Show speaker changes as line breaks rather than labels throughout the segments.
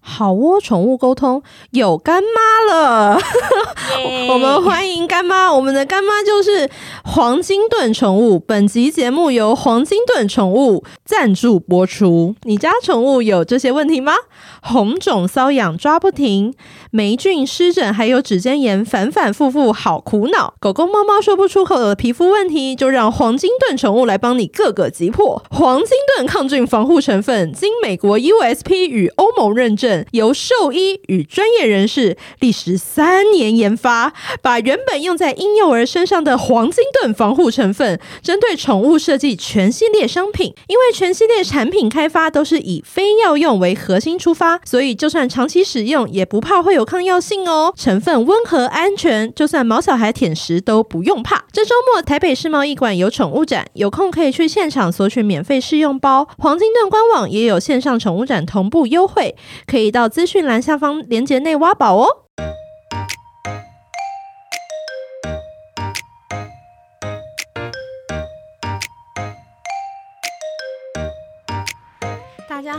好窝宠物沟通有干妈了。
耶
我们欢迎干妈，我们的干妈就是黄金盾宠物。本集节目由黄金盾宠物赞助播出。你家宠物有这些问题吗？红肿、瘙痒、抓不停，霉菌、湿疹还有指尖炎，反反复复，好苦恼。狗狗、猫猫说不出口的皮肤问题，就让黄金盾宠物来帮你各个击破。黄金盾抗菌防护成分经美国 USP 与欧盟认证，由兽医与专业人士历时三年研发，把原本用在婴幼儿身上的黄金盾防护成分，针对宠物设计全系列商品。因为全系列产品开发都是以非药用为核心出发，所以就算长期使用，也不怕会有抗药性哦。成分温和安全，就算毛小孩舔食都不用怕。这周末台北世贸易馆有宠物展，有空可以去现场索取免费试用包。黄金盾官网也有线上宠物展同步优惠，可以到资讯栏下方链接内挖宝哦。大家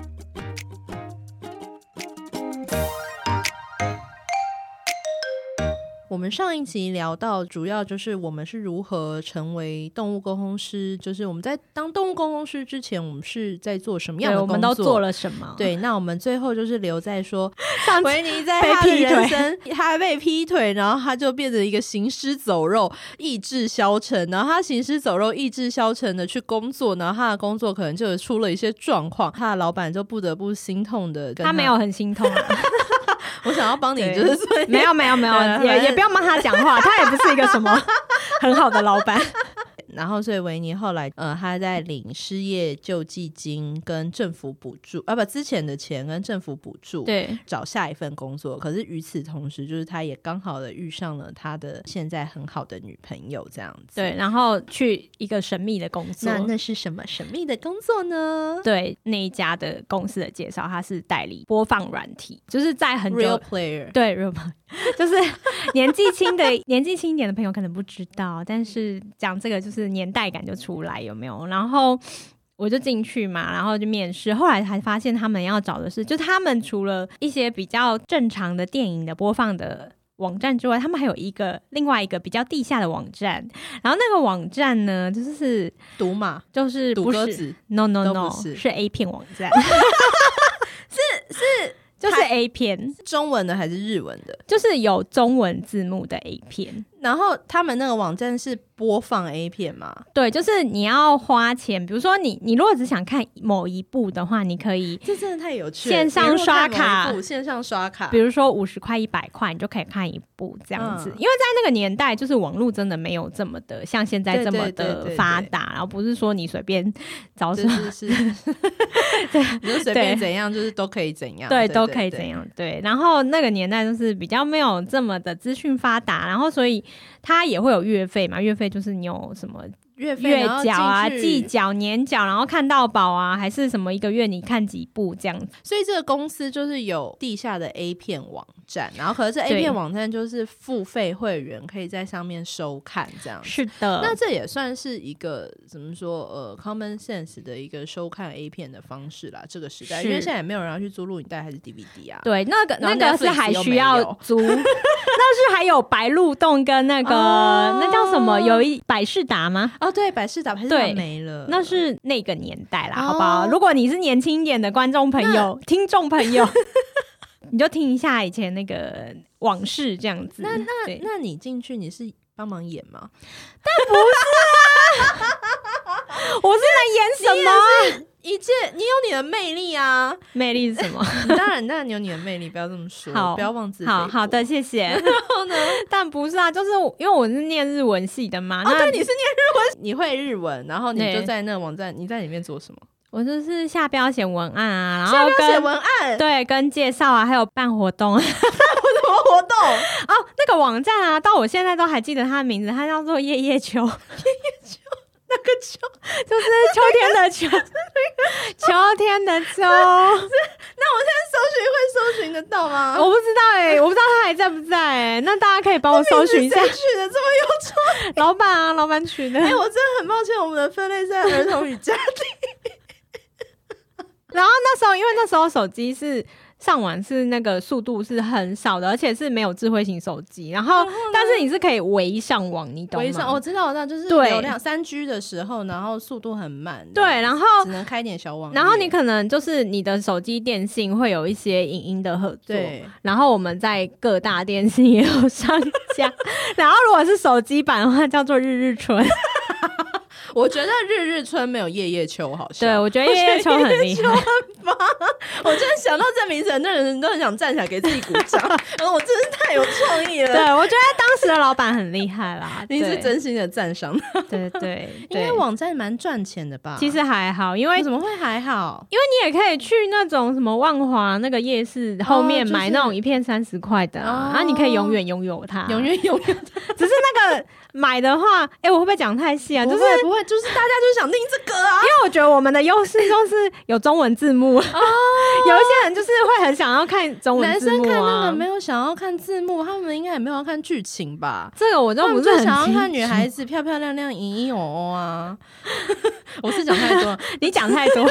我们上一集聊到，主要就是我们是如何成为动物沟通师，就是我们在当动物沟通师之前，我们是在做什么样
对，
的
我
工作？
们都做了什么？，
对，那我们最后就是留在说，
上次
维尼在
被
他的
劈腿
人生，他被劈腿，然后他就变成一个行尸走肉，意志消沉。然后他行尸走肉、意志消沉的去工作，然后他的工作可能就出了一些状况，他的老板就不得不心痛的。
他没有，很心痛啊、
我想要帮你，
对
就是所以
没有没有没
对啊
有，
反正
也也不要帮他讲话， 他也不是一个什么很好的老板。
然后，所以维尼后来，呃，他在领失业救济金跟政府补助，啊，不，之前的钱跟政府补助，，
对，
找下一份工作。可是与此同时，就是他也刚好的遇上了他的现在很好的女朋友，这样子。
对，，然后去一个神秘的工作
那。那是什么神秘的工作呢
对那一家的公司的介绍，他是代理播放软体，就是在很久
？Real player，
对 r o m 就是年纪轻的 年纪轻一点的朋友可能不知道，但是讲这个就是年代感就出来有没有？然后我就进去嘛，然后就面试，后来才发现他们要找的是，就他们除了一些比较正常的电影的播放的。网站之外，他们还有一个另外一个比较地下的网站，然后那个网站呢，就是
赌马、
就是
赌
不
鸽
是
子，
no no
都
no
不是
是 A 片网 站，是是就是 A 片，
中文的还是日文的？
就是有中文字幕的 A 片。
然后他们那个网站是播放 A 片吗？
对，就是你要花钱，比如说你你如果只想看某一部的话，你可以。
这真的太有趣了！
线上
你如果看
刷
某一
卡
部线上刷卡
比，如说五十块、一百块，你就可以看一部这样子，
嗯
因为在那个年代，就是网络真的没有这么的像现在
对
这么
对对
的
对
发
对
达，然后不是说你随便找什
就
么
是是， 你就随便怎样，就是都可以怎样，
对，都可以怎。样。对，然后那个年代就是比较没有这么的资讯发达，然后所以它也会有月费嘛，月费就是你有什么
月费
月缴啊、季
季，
缴、年缴，然后看到宝啊，还是什么一个月你看几部这样子。
所以这个公司就是有地下的 A 片网站，然后可是这 A
对
片网站就是付费会员可以在上面收看这样。
是的
那这也算是一个怎么说呃 common sense 的一个收看 A 片的方式啦。这个时代，
是
因为现在也没有人要去租录影带还是 DVD 啊。
对，那个
然
那
后
个是
Netflix
还
又
需
没
要
有
租， 那是还有白鹿洞跟那个、
哦
那叫什么，有一百事达吗？
哦，对，百事达还是
对
没了，
那是那个年代啦，
哦
好不好？如果你是年轻一点的观众朋友、听众朋友， 你就听一下以前那个往事这样子。
那
对
那你进去你是帮忙演吗？
我是能演什么？
一介，你有你的魅力啊！
魅力是什么？
你当然，当然你有你的魅力，不要这么说，
好
不要妄自菲
好
薄
好。的，谢谢。 然后呢？但不是啊，就是我因为我是念日文系的嘛，
哦，
那
对，你是念日文，你会日文，然后你
对
就在那个网站，你在里面做什么？
我就是下标写文案啊，然
下
后
面要写
跟
文案，
对跟介绍啊，还有办活动啊。
什么活动？
哦，那个网站啊，到我现在都还记得它的名字，它叫做夜夜 秋，夜夜秋，那个秋 就是秋天的 秋，秋天的 秋。哦
搜寻会搜寻得到吗？
欸我不知道哎、我不知道它还在不在哎、那大家可以帮我搜寻一下
这名字谁取的这么有创
老板啊，老板取的。
哎、我真的很抱歉，我们的分类在儿童与家庭。
然后那时候，因为那时候手机是上网是那个速度是很少的，而且是没有智慧型手机。然后，但是你是可以哦微上哦网，你 懂
微
吗？
商，我哦知道，我知道，就是
对
流量三 G 的时候，然后速度很慢，
对，然后
只能开一点小网页，
然后你可能就是你的手机电信会有一些影音的合作，
对
然后我们在各大电信也有上 架。然后如果是手机版的话，叫做日日春。
我觉得日日春没有夜夜秋好笑。
对，我觉得夜夜秋很厉害。
我真的想到这名字，很多人都很想站起来给自己鼓掌。 然后我真是太有创意了，
对，我觉得当时的老板很厉害啦。
你是
对
真心的赞赏。
对对
应该
对，
网站蛮赚钱的吧？
其实还好，因为
为什么会还好？
因为你也可以去那种什么万华那个夜市后面买那种一片三十块的啊，
哦
啊你可以永远拥有它。
永远永远
只是那个买的话，哎、我会不会讲太细啊？就是
不
因
会不会，就是大家就是想听这个啊。
为我觉得我们的优势就是有中文字幕，哦、 有一些人就是会很想要看中文
男
字
生
幕
看那
啊
个。没有想要看字幕，他们应该也没有要看剧情吧？
这个我就
他
不
们
是
就
很
想要
清
看女
楚
孩子漂漂亮亮、盈盈哦哦啊！我是讲太多了。
你讲太 多。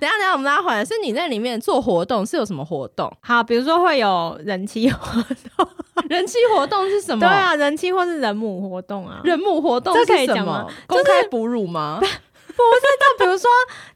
等一下等一下，我们拉回来。是你在里面做活动是有什么活 动？
好，比如说会有人妻活动，
人气活动是什么？
对啊，人妻或是人母活动 啊。
人母活动
这可
是
以
什
讲
么
吗？
公开哺乳吗？
就比如说，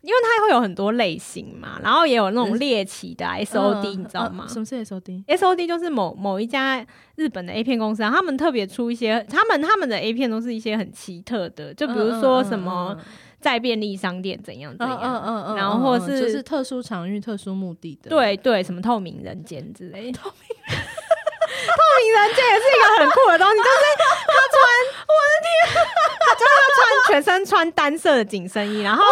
因为它会有很多类型嘛，然后也有
嗯
那种猎奇的、啊、SOD，、你知道吗？
什么是 SOD？
S O D 就是某某一家日本的 A 片公司、啊，他们特别出一些，他们他们的 A 片都是一些很奇特的，就比如说什么在便利商店怎样怎
嗯嗯
样，
嗯嗯，
然后或
嗯嗯
是
就是特殊场域、特殊目的的。，
对对，什么透明人间之类的。
哎
透明人间也是一个很酷的东西，就是
啊
他穿，我的天，他就是他穿全身穿单色的紧身衣，然后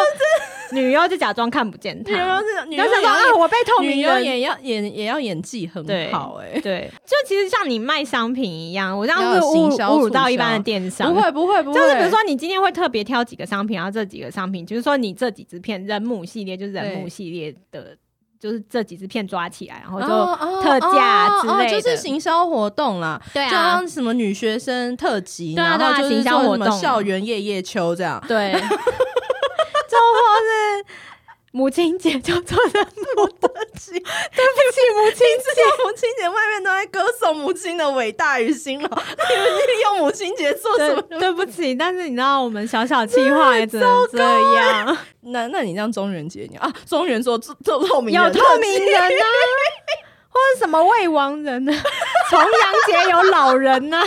女优就假装看不见
女优
他，
是女
就
优
是
也
说
要
啊，我被透
女
明
优
人
也要演也要演技很
对
好 哎。
对，就其实像你卖商品一样，我这样
要
是
有行
侮辱
销
侮辱
促
到一般
销
的电商，
不会不会不会，
就是比如说，你今天会特别挑几个商品，然后这几个商品，就是说你这几支片人母系列，就是人母
对
系列的，就是这几支片抓起来，然后
哦。
就、
就
特价之类
就是
的
行销活动啦，
对
就像什么女学生特辑，
对啊
然后
对啊
就是
行销
做
活
什么
动啊
校园夜夜秋这样，
对，就或是母亲节就做人母的 节，对不起母亲节，
母亲节外面都在歌颂母亲的伟大与辛劳，你 们是用母亲节做什么？
对对不起，但是你知道我们小小气话也只 能这样，
那那你让中元节你啊，中元做做做透明人
有透明人 啊，或者什么未亡人啊，重阳节有老人呐、啊。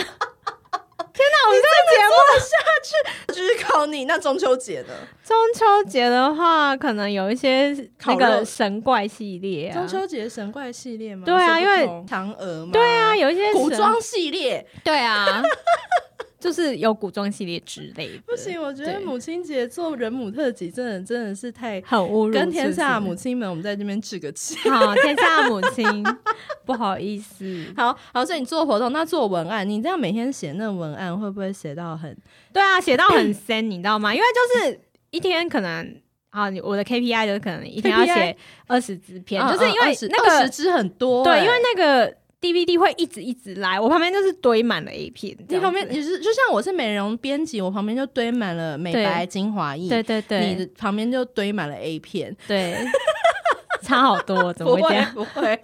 天哪，我们
就
这个节目
是靠你。那中秋节呢？
中秋节的话，可能有一些那
烤肉
个神怪系列啊，
中秋节神怪系列吗？
对啊
是不
因为
同嫦娥吗？
对啊，，有一些
古
神
装系列
对啊，就是有古装系列之类的，
不行，我觉得
对
母亲节做人母特辑真的真的是太
很侮辱
跟天下
是
母亲们，我们在这边致个歉。
不是好天下母亲，不好意 思，
好好，所以你做活动，那做文案，你这样每天写那文案，会不会写到很
对啊，写到很深，你知道吗？因为就是一天可能。啊，你我的 KPI 就是可能一天要
KPI
写二十支片，
嗯
就是因为
20
那个
20支很多欸、
对，因为那个 DVD 会一直一直来，我旁边就是堆满了 A 片，
你
这样
旁边
子
也是，啊就像我是美容编辑，我旁边就堆满了美
对
白精华液，
对对对，
你的旁边就堆满了 A 片，
对， 差好多，怎么会这样？
不会，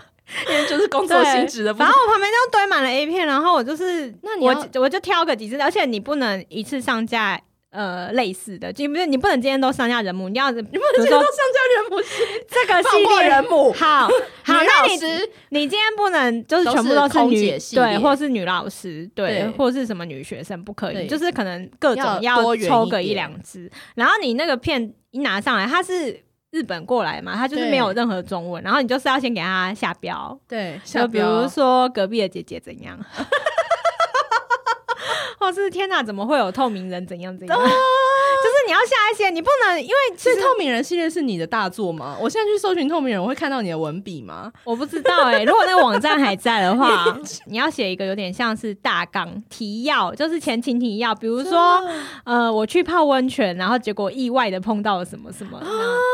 因为就是工
对
不
然
同
后我旁边就堆满了 A 片，然后我就是，
那你
我
要
就我就挑个几次，而且你不能一次上架。呃，类似的，就不是你不能今天都上架人母，你要你不能
这
说
都上家人不是
这个
放
系
过
列
人母。
好好，
女
那
老
你
师
你今天不能就是全部
都
都
是
是
空
女
姐系列
对，或是女老师对
对，
或是什么女学生不可
对
以，就是可能各种
要多
要
元
抽
一
个一
点
两支，然后你那个片一拿上来，它是日本过来嘛，它就是
对
没有任何中文，然后你就是要先给它下标，
对，
就
小
比如说隔壁的姐姐怎样。 或是天哪，怎么会有透明人怎样 怎样？就是你要下一些，你不能因为
哦所以透明人系列是你的大作吗？我现在去搜寻透明人，我会看到你的文笔吗？
我不知道哎、如果那个网站还在 的话，你要写一个有点像是大纲提要，就是前情提要，比如说呃，我去泡
啊
温泉，然后结果意外的碰到了什么什么，那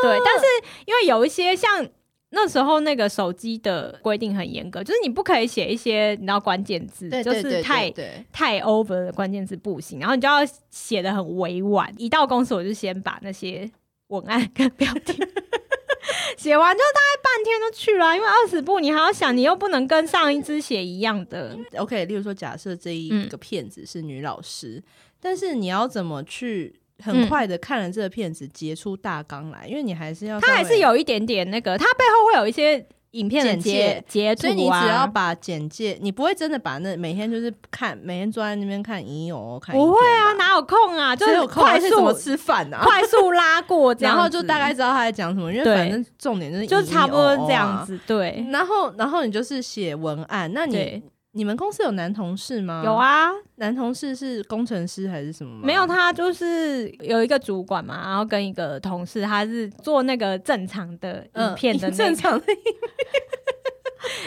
对。但是因为有一些像那时候那个手机的规定很严格，就是你不可以写一些你知道关键字，
对
就
对
是
对
太
对对，
太 over 的关键字不行，然后你就要写的很委婉。一到公司，我就先把那些文案跟标题 写完，就大概半天都去了啊、因为二十步你还要想，你又不能跟上一支写一样的。
OK，例如说，假设这
嗯
一个骗子是女老师，但是你要怎么去
嗯
很快的看了这个骗子截出大纲来？因为你还是要
它还
稍微
是，有一点点那个，它背后会有一些影片的
简
截
介
截图
所以你
啊
只要把简介，你不会真的把那每天就是看，每天坐在那边看影友哦看影
不会啊，
片吧，
哪有空啊？就
只
是
有空
快
是怎么
速
吃饭啊？
快速拉过这 样
然
子，
后就大概知道他在讲什么，因为
对
反正重点就是
就
影
差不多
友哦
这样
啊。
子，对
然后，然后你就是写文案，那你
对。
你们公司有男同事吗？
有，啊，
男同事是工程师还是什么吗？
没有，他就是有一个主管嘛，然后跟一个同事，他是做那个正常的影片 的、那
正，常的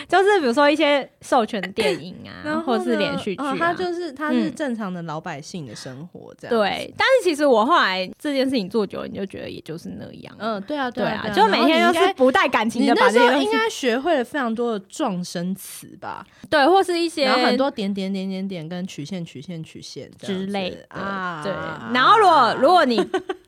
就是比如说一些授权电影 啊，或是连续剧、啊
哦他就是他是
嗯
正常的老百姓的生活这样。，
对。但是其实我后来这件事情做久了，你就觉得也就是那样。
嗯，对啊，
对
啊，
就每天
都
都是。不带感情
你
的把
那时
这些
候
东
应
西，
该学会了非常多的撞声词吧，
对，或是一些
然后很多点点点点点跟曲线曲线曲线这样
之
子
类的
啊。
对，然后如果如果 你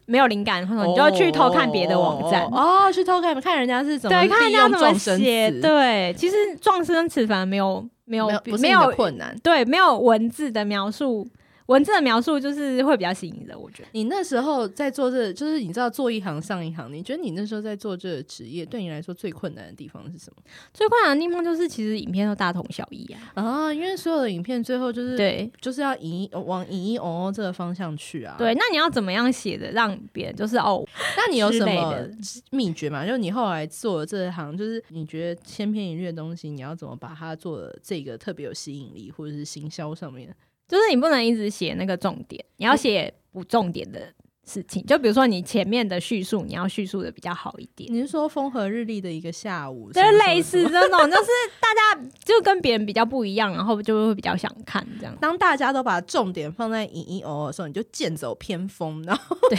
没有灵感，
哦
你就去偷看别的网站。
哦，哦去偷看看人家是怎么
对，看人
利
家
用
怎么
撞声
写。
词，
对，其实撞声词反而没有没有
没有不是
没
你的
有
困难。
对没有文字的描述，文字的描述就是会比较吸引人，我觉得。
你那时候在做这，就是你知道做一行上一行，你觉得你那时候在做这个职业，对你来说最困难的地方是什么？
最困难的地方就是，其实影片都大同小异啊。
啊，因为所有的影片最后就是
对
就是要以往以一哦哦这个方向去啊。，
对，那你要怎么样写的让别人就是哦，
那你有
之
什
类
么
的
秘诀吗？就是你后来做了这一行，就是你觉得千篇一律的东西，你要怎么把它做的这个特别有吸引力，或者是行销上面？
就是你不能一直写那个重点，你要写不重点的事情。就比如说你前面的叙述，你要叙述的比较好一点。
你是说风和日丽的一个下午，
就
什么什么
类
什
似
么
这种，就是大家就跟别人比较不一样，然后就会比较想看这样。
当大家都把重点放在影音偶尔的时候，你就剑走偏锋，然后
对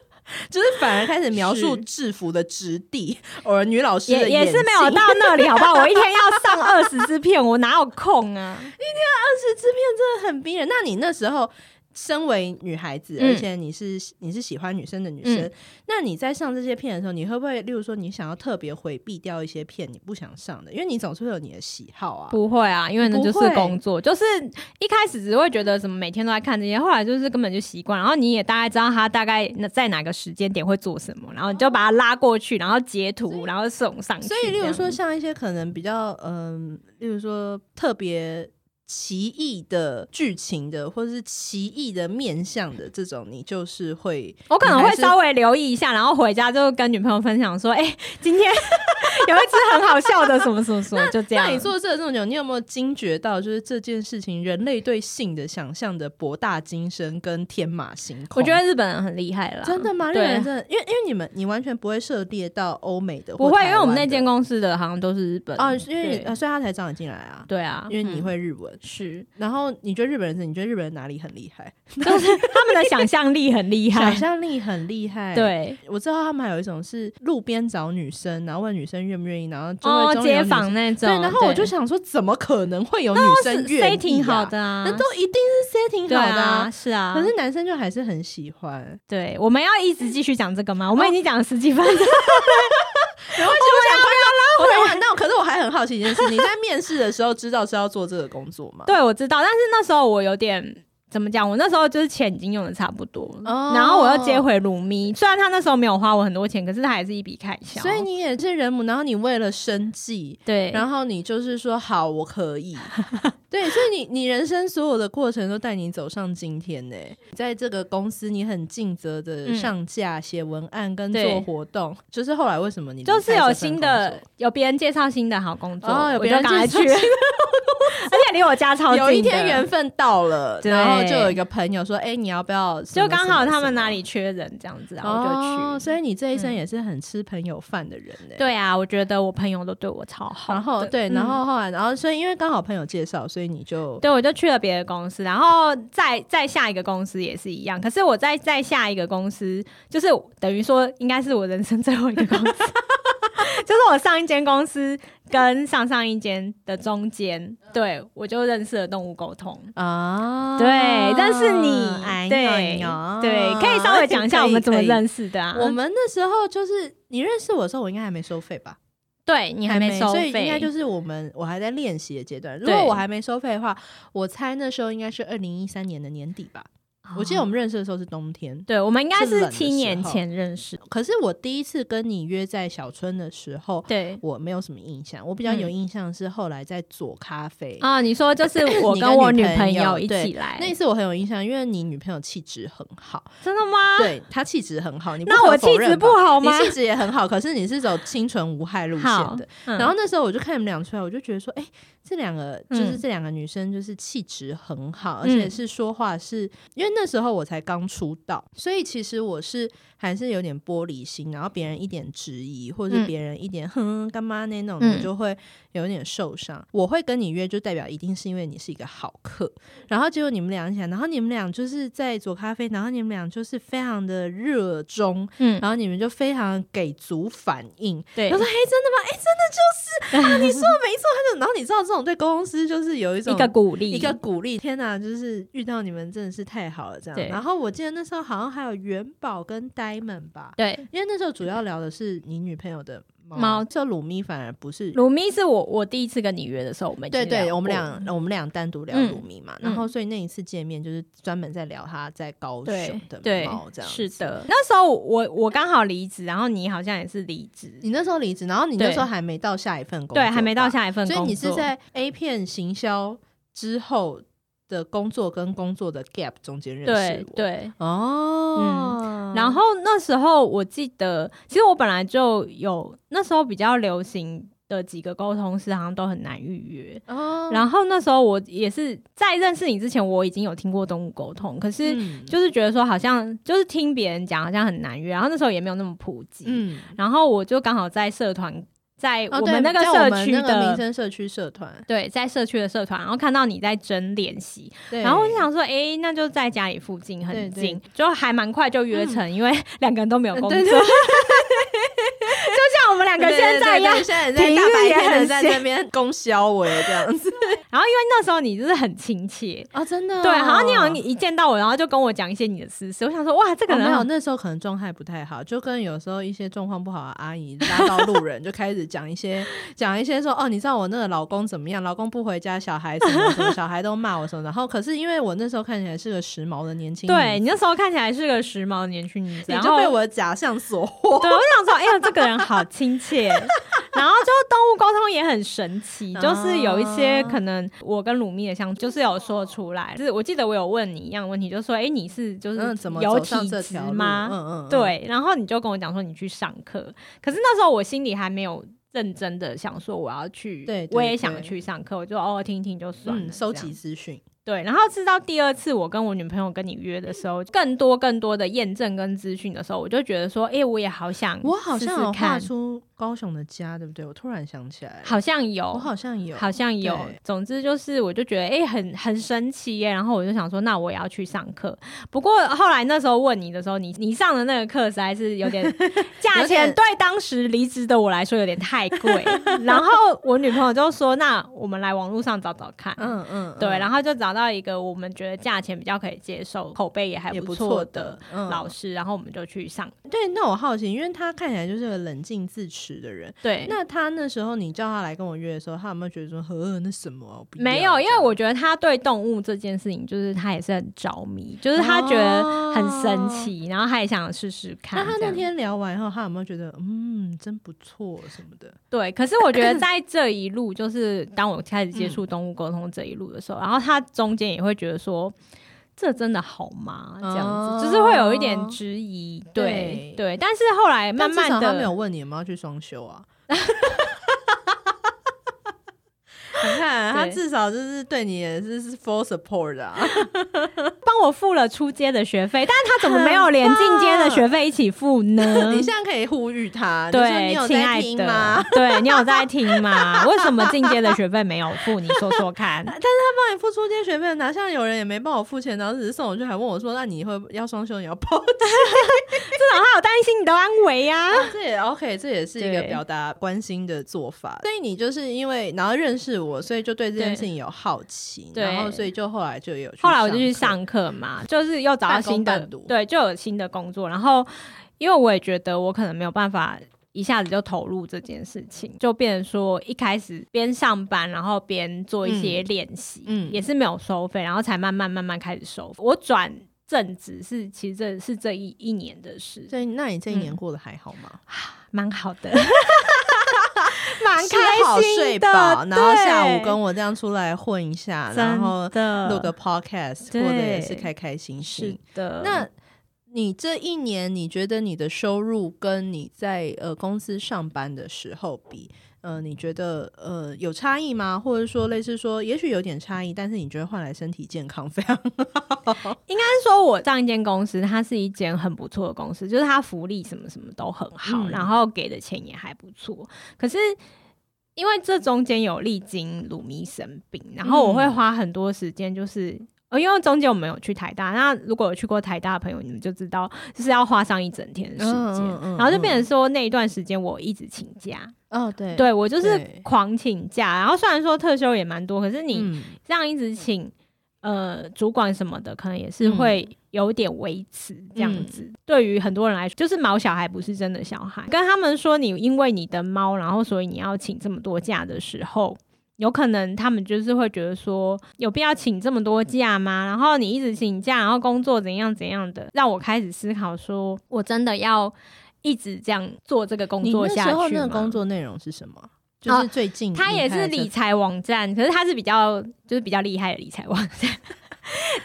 就是反而开始描述
是
制服的质地，偶尔女老师的
也也是
眼
没有
睛
到那里，好不好？我一天要上二十支片，我哪有空啊？
是制片真的很逼人。那你那时候身为女孩子，
嗯
而且你是你是喜欢女生的女生，
嗯
那你在上这些片的时候，你会不会，例如说你想要特别回避掉一些片你不想上的，因为你总是会有你的喜好啊。
不会啊，因为那就
不
是
会
工作，就是一开始只会觉得什么每天都在看这些，后来就是根本就习惯，然后你也大概知道他大概在哪个时间点会做什么，然后你就把他拉过去，然后截图，然后送上去。
所以，例
这
如
样
说像一些可能比较嗯、例如说特别。奇异的剧情的，或者是奇异的面向的这种，你就是会，
我可能
你
会
还是
稍微留意一下，然后回家就跟女朋友分享说：“哎、今 天有一只很好笑的什么什么什么，就这样。”
那你做这这么久，你有没有惊觉到，就是这件事情，人类对性的想象的博大精深跟天马行空？啊
我觉得日本人很厉害了，
真的吗？日
对
本人真的，因为因为你们你完全不会涉猎到欧美的或
不
台湾的，
会，因为我们那间公司的好像都是日本
哦，因为你
对
呃所以他才找你进来啊，
对啊，
因为你会日文。
是
然后你觉得日本人是？你觉得日本人哪里很厉害？
他们的想象力很厉
想
害，
象力很厉害。，
对
我知道他们还有一种是路边找女生，然后问女生愿不愿意，然后就会
哦，
终于有
街
女
坊那
对。
种，
然后我就
对哦
想说，怎么可能会有女
是
生愿意、啊？
setting 好的啊，
那都一定是 setting
对
好的、
啊，是啊，
可是男生就还是很喜欢，
对，我们要一直继续讲这个吗？我
哦
们已经讲了十几分钟， 啊
然后就想快要拉回来。那可是我还很好奇一件事，你在面试的时候知道是要做这个工作吗？
对我知道，但是那时候我有点。怎么讲？我那时候就是钱已经用的差不多了，
哦
然后我又接回鲁咪。虽然他那时候没有花我很多钱，可是他还是一笔开销。
所以你也是人母，然后你为了生计，
对，
然后你就是说好，我可 以。对，所以你你人生所有的过程都带你走上今天呢、在这个公司，你很尽责的
嗯
上架、写文案跟
对
做活动，就是后来为什么你
就是
离开
有
这份
新
工
的
作，
有别人介绍新的好工作，
哦有别人
我就赶快
介绍
去，
新
而且离我家超近的
有一天缘分到了，
哦对
然后就有一个朋友说：“哎、你要不要什么？”
就刚好他们
哪
哪
里。
里缺人这样子，然后
哦
我就，去。
所以你这一生
嗯
也是很吃朋友饭的人呢、。
对啊，我觉得我朋友都对我超好的，
然后对，
嗯
然后后来，然后所以因为刚好朋友介绍，所以你就
对，我就去了别的公司，然后再再下一个公司也是一样。可是我在 再下一个公司，就是等于说应该是我人生最后一个公司，就是我上一间公司跟上上一间的中间，对我就认识了动物沟通。
啊
对，但是哦你哦
哎
对
呀
对，可以稍微讲一下我们怎么认识的啊？
我们那时候就是你认识我的时候，我应该还没收费吧？
对你还
没
收
所
费，
以应该就是是我们我还在练习的阶段。如
对
果我还没收费的话，我猜那时候应该是二零一三年的年底吧。
哦
我记得我们认识的时候是冬天，
对我们应该
是冷
是
的
七
时
年
候
前认识，
可是我第一次跟你约在小春的时候，
对。嗯
我没有什么印象。我比较有印象是后来在左咖啡。
啊，你说就是我
你
跟
跟
我
女
女
朋
朋
友
友一
对
起来，
那一次我很有印象，因为你女朋友气质很好，
真的吗？
对她气质很好。你不
啊那
可
我
否
气
认
质不
吧
好吗？
你气质也很好，可是你是走清纯无害路线
好
的。
嗯
然后那时候我就看你们俩出来，我就觉得说，哎、这两个就是
嗯
这两个女生就是气质很好，而
嗯
且是说话是因为那时候我才刚出道，所以其实我是还是有点玻璃心，然后别人一点质疑或者是
嗯
别人一点哼干嘛那种，
嗯
你就会有点受伤。我会跟你约，就代表一定是因为你是一个好客。然后结果你们俩想，然后你们俩就是在左咖啡，然后你们俩就是非常的热衷，
嗯，
然后你们就非常给足反应，
对
他，说：“嘿，真的吗？哎、真的就是 啊，你说的没错。”他就，然后你知道这种对公司就是有一种
一个鼓励，
一个鼓励。天哪，就是遇到你们真的是太好了，这样
对。
然后我记得那时候好像还有元宝跟呆们吧，
对。
因为那时候主要聊的是你女朋友的猫，
猫
这鲁咪反而不是。
鲁咪是我我第一次跟你约的时候，我们已
对
经聊
对，
过
我们俩我们俩单独聊
嗯
鲁咪嘛，
嗯
然后所以那一次见面就是专门在聊他在高雄
对
的
对
猫这样。
是，的。那时候我我刚好离职，然后你好像也是离职，
你那时候离职，然后你那
对
时候还没到下一份工作吧，
对，还没到下一份工
所以
作，
你是在 A 片行销之后的工作跟工作的 gap 中间认识
对
我。，
对。
哦、
然后那时候我记得，其实我本来就有那时候比较流行的几个沟通师，好像都很难预约。
哦，后
然后那时候我也是在认识你之前，我已经有听过动物沟通，可是
是
就是觉得说好像就是听别人讲好像很难约，然后那时候也没有那么普及。
嗯，
然后我就刚好在社团，在
哦
我们
对
那个
在我
社
们
区
那个民
的。
生社区社团，
对，在社区的社团，然后看到你在争练习，
对，
然后我就想说，哎、那就在家里附近很
对对嗯
近，就还蛮快就约成，因为两个人都没有工作，
对对
就像我们两个现在一样。
对对对现在在
平
大
日
白
也
天的
很
在
闲
这边供销我耶这样 子
然后因为那时候你就是很亲切，
哦，真的
对，好像你好像
你。
一见到我，然后就跟我讲一些你的私事，我想说，哇，这个
哦、
人
没
好
有，那时候可能状态不太好，就跟有时候一些状况不好的阿姨拉到路 人，就开始讲一些讲一些说哦，你知道我那个老公怎么样？老公不回家，小孩什么什 么，小孩都骂我什么。然后可是因为我那时候看起来是个时髦的年轻女子，
对你那时候看起来是个时髦的年轻女子，
你
然
就
后
被我的假象所惑。
对，我想说，哎呀，这个人好亲切。然后就动物沟通也很神奇，就是有一些
哦
可能我跟鲁蜜的相，就是有说出来。就是我记得我有问你一样问题，就说，哎，你是就 是
嗯，怎么
有
走上
体
这
质
条路？
吗？
嗯嗯，嗯，
对，然后你就跟我讲说你去上课，可是那时候我心里还没有认真的想说我要去，
对对
我也
对
想去上课，我就偶尔听一听就算了，
嗯，收
这样
集资讯。
对，然后直到第二次我跟我女朋友跟你约的时候，更多更多的验证跟资讯的时候，我就觉得说，哎、我也好想
我好
试
像
试
有画
看，
出高雄的家，对不对？我突然想起来了，
好像有，
我好像有，
好像有
对。
总之就是，我就觉得哎、诶很很神奇耶。然后我就想说，那我也要去上课。不过后来那时候问你的时候，你你上的那个课实在是有点价
有点
钱对当时离职的我来说有点太 贵。然后我女朋友就说，那我们来网络上找找看。
嗯嗯，
对，
后
然后就找到一个我们觉得价钱比较可以接受、口碑也还
也不
错
错
的
的嗯
老师，然后我们就去上。
对，那我好奇，因为他看起来就是个冷静自持的人。
对，
那他那时候你叫他来跟我约的时候，他有没有觉得说呵那什么啊、我不要
没有，
这
因为
样
我觉得他对动物这件事情，就是他也是很着迷，就是他觉得很神奇，然后他也想试试看
哦那
这样。
他那天聊完以后，他有没有觉得嗯真不错什么的？
对，可是我 觉得在这一路，就是当我开始接
嗯
触动物沟通这一路的时候，然后他中间也会觉得说。这真的好吗？这样
哦
子、就是会有一点质疑，对
对
对。但是后来慢慢
但至少
的，
他没有问你有没有要去双休啊。你看他
对
至少就是对你也是是 full support 的啊，？
帮我付了初阶的学费，但是他怎么没有连进阶的学费一起付呢
你现在可以呼吁他，你说你
对，
有
亲
在
爱
听吗
的？，对你有在听吗？为什么进阶的学费没有付？你说说 看。
帮你付出这些学费的哪像有人也没帮我付钱，然后只是送我去，还问我说：“那你以后要双休，你要包
至少他有担心你的安危啊。
这也 OK，这也是一个
对
表达关心的做法。所以你就是因为然后认识我，所以就对这件
对
事情有好奇，
对
然后所以就后来就有去
后来我就
课
去，上课嘛，就是又找到新
半
的
工半读，
对，就有新的工作。然后因为我也觉得我可能没有办法。一下子就投入这件事情，就变成说一开始边上班，然后边做一些练习，
嗯
也是没有收费，然后才慢慢慢慢开始收费。我转正职是其实这是这一一年的事，
所以那你这一年过得还好吗？
蛮好的，
蛮
开心的
好睡饱，然后
对
下午跟我这样出来混一下， 然后
真的
录个 podcast，过
对
得也是开开心
是
心。
的。
那你这一年，你觉得你的收入跟你在呃公司上班的时候比，呃，你觉得呃有差异吗？或者说类似说，也许有点差异，但是你觉得换来身体健康非 常
应该是说，我上一间公司，它是一间很不错的公司，就是它福利什么什么都很好，
嗯
然后给的钱也还不错。可是因为这中间有历经鲁迷生病，然后我会花很多时间，就是。呃因为中间我们有去台大，那如果有去过台大的朋友，你们就知道，就是要花上一整天的时间，
嗯嗯嗯
然后就变成说那一段时间我一直请假，
哦，对
对我就是
对
狂请假，然后虽然说特休也蛮多，可是你
嗯
这样一直请呃主管什么的，可能也是
嗯
会有点维持这样子。对于很多人来说，就是毛小孩不是真的小孩，跟他们说你因为你的猫，然后所以你要请这么多假的时候。有可能他们就是会觉得说，有必要请这么多假吗？然后你一直请假，然后工作怎样怎样的，让我开始思考说，我真的要一直这样做这个工
你
作
那
下去
时候那个
吗
工作内容是什么？就
哦
是最近你
它也
开
是
的这
理财网站，可是它是比较就是比较厉害的理财网站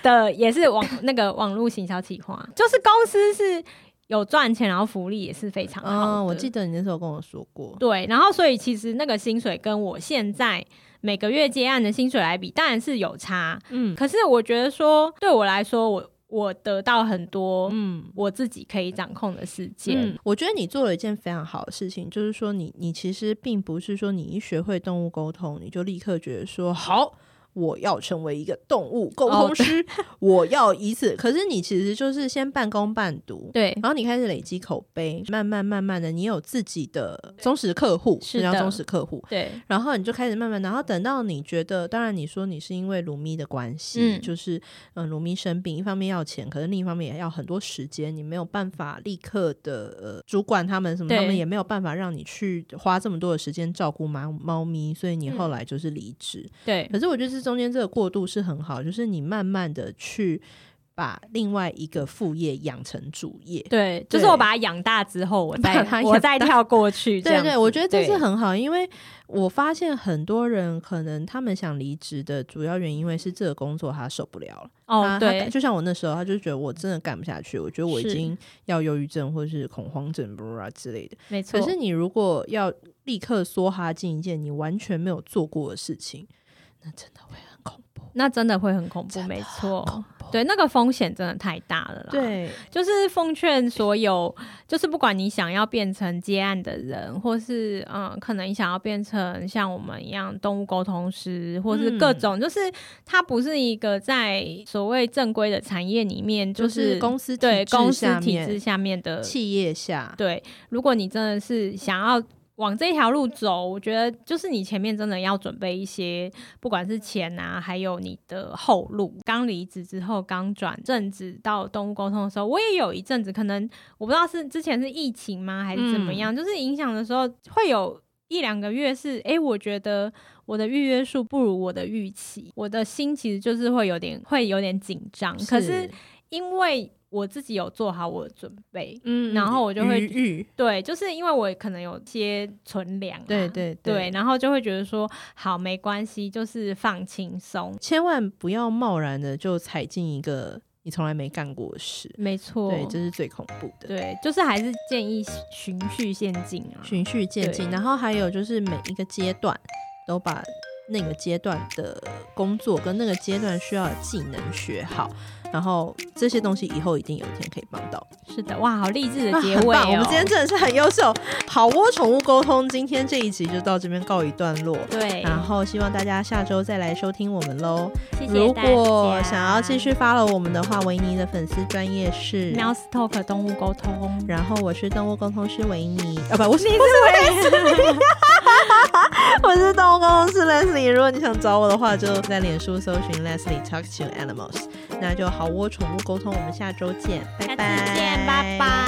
的，也是网那个网络行销企划，就是公司是有赚钱，然后福利也是非常好的。
嗯，我记得你那时候跟我说过，
对，然后所以其实那个薪水跟我现在每个月接案的薪水来比，当然是有差。
嗯
可是我觉得说，对我来说，我我得到很多
嗯。
我自己可以掌控的世界。
嗯，我觉得你做了一件非常好的事情，就是说你你其实并不是说你一学会动物沟通，你就立刻觉得说好。我要成为一个动物沟
哦
通师， 我要以此。可是你其实就是先半工半读，
对，
然后你开始累积口碑，慢慢慢慢的，你有自己的忠实客户，
是
要
的
忠实客户。
对，
然后你就开始慢慢，然后等到你觉得，当然你说你是因为卢咪的关系，
嗯
就是嗯卢咪生病，一方面要钱，可是另一方面也要很多时间，你没有办法立刻的、呃、主管他们什么，
对
他们也没有办法让你去花这么多的时间照顾猫猫咪，所以你后来就是离职。
嗯对，
可是我觉得这中间这个过渡是很好，就是你慢慢的去把另外一个副业养成主业，
对，就是
对
我把它养大之后，我
把
再
它养
我再跳过去。这
对
样
对，
子
我觉得这是
对
很好，因为我发现很多人可能他们想离职的主要原因，因为是这个工作他受不了了。
哦，
他他
对，
就像我那时候，他就觉得我真的干不下去，我觉得我已
是
经要忧郁症或是恐慌症、不啦之类的。
没错
可。是你如果要立刻梭哈进一件你完全没有做过的事情，那真的会很恐怖。
那真的会很恐怖，
真的
没
恐
错。
怖
对，那个风险真的太大了啦。，
对，
就是奉劝所有，就是不管你想要变成接案的人，或是嗯，可能你想要变成像我们一样动物沟通师，或是各
嗯
种，就是它不是一个在所谓正规的产业里面，
就
就是是
公司体
对
制
公司
下
体
面
制下面的
企业下，
对，如果你真的是想要往这条路走，我觉得就是你前面真的要准备一些，不管是钱啊，还有你的后路。刚离职之后，刚转正职到动物沟通的时候，我也有一阵子，可能我不知道是之前是疫情吗，还是怎么样，就是影响的时候会有。一两个月是，诶，我觉得我的预约数不如我的预期，我的心其实就是会有点会有点紧张。可是因为我自己有做好我的准备，
嗯
然后我就会
余裕
对，就是因为我可能有些存粮、啊，
对对对
对然后就会觉得说，好，没关系，就是放轻松，
千万不要贸然的就踩进一个你从来没干过的事，
没错，
对，这是最恐怖的。
哦对，就是还是建议循序渐进啊，
循序渐进，
对
然后还有就是每一个阶段都把那个阶段的工作跟那个阶段需要的技能学好，然后这些东西以后一定有一天可以帮到。
是的，哇，好励志的
那
结
很
尾、哦
棒我们今天真的是很优秀。好窝宠物沟通，今天这一集就到这边告一段落。
对，
然后希望大家下周再来收听我们喽。
谢谢
如
大
果
家
想要继续 follow 我们的话，维尼的粉丝专业是，
喵 Talk 动物沟通，
然后我是动物沟通师维尼，啊不，我是
你是维
我是动物沟通师 Leslie。如果你想找我的话，就在脸书搜寻 Leslie Talk to Animals。那就好窝宠物沟通，我们下周见，拜
下次
拜，
见，拜拜。